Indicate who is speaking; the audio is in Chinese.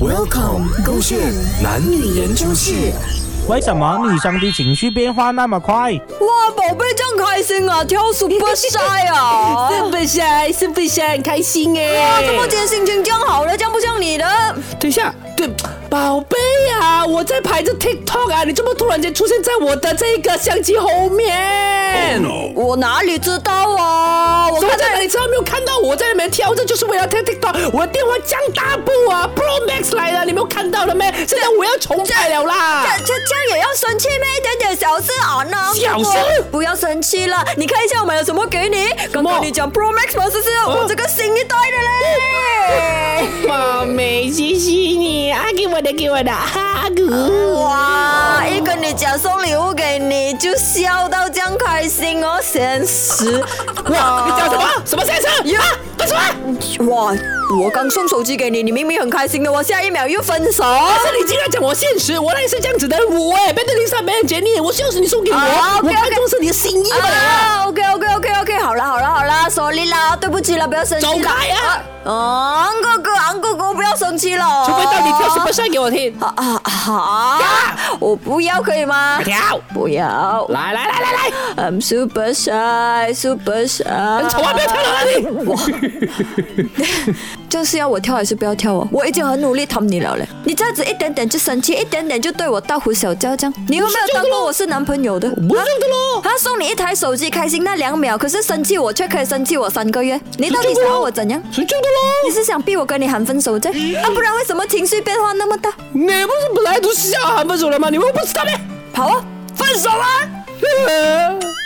Speaker 1: Welcome，勾线男女研究室。
Speaker 2: 为什么女生的情绪变化那么快？
Speaker 3: 哇，宝贝真开心啊，跳 Super Shy 啊！
Speaker 4: 是不是？是不是很开心
Speaker 3: 哇，怎
Speaker 4: 哎
Speaker 3: 么？今天心情这样好了？这样不像你的。
Speaker 4: 等一下，对，宝贝啊，我在排着 TikTok 啊，你怎么突然间出现在我的这个相机后面？
Speaker 3: 我哪里知道啊？我
Speaker 4: 哦我
Speaker 3: 看
Speaker 4: 在哪里？从来没有看到我在那边跳，这就是为了跳 TikTok。我的电话降大步啊，Pro Max 来了，你没有看到了没？现在我要重拍了啦
Speaker 3: 这！这这样也要生气咩？一点点小事啊，那
Speaker 4: 小事
Speaker 3: 不要生气了。你看一下我买了什么给你？刚
Speaker 4: 么
Speaker 3: 刚你讲 Pro Max 吗？是不是？我这个新一代的嘞。
Speaker 4: 宝贝，谢谢你啊，给我的，给我的，哈哥。
Speaker 3: 哇！一跟你讲送礼物给你，就笑到这样开心哦，现实。
Speaker 4: 哇，你讲什么？什么啊先生？呀，干什么？
Speaker 3: 哇！我刚送手机给你，你明明很开心的，我下一秒又分手。
Speaker 4: 但是你竟然讲我现实，我那里是这样子的我哎，贝特琳莎，贝恩杰尼，我就是你送给我，
Speaker 3: 啊
Speaker 4: 我
Speaker 3: ，OK，OK
Speaker 4: 看中是你的心意嘛。
Speaker 3: 啊，OK OK OK OK，好啦好啦好啦，sorry 啦，对不起啦，不要生气啦。
Speaker 4: 走开啊！
Speaker 3: 啊，昂哥哥，昂哥哥，不要生气了。
Speaker 4: 除非到你跳 Super Shy 给我听，
Speaker 3: 啊啊啊！我不要，可以吗？
Speaker 4: 跳，
Speaker 3: 不要。
Speaker 4: 来来来来来，
Speaker 3: I'm super shy, super shy。
Speaker 4: 你丑啊，不要跳了啊你。
Speaker 3: 就是要我跳还是不要跳哦？我已经很努力氹你了嘞。你这样子一点点就生气，一点点就对我大呼小叫这样，你有没有当过我是男朋友的？
Speaker 4: 不是的喽。
Speaker 3: 他送你一台手机，开心那两秒，可是生气我却可以生气我三个月。你到底想要我怎样？
Speaker 4: 谁救的喽？
Speaker 3: 你是想逼我跟你喊分手这？啊，不然为什么情绪变化那么大？
Speaker 4: 你不是本来都是要喊分手了吗？你们不知道咩？
Speaker 3: 跑啊，分手啊！
Speaker 4: 呃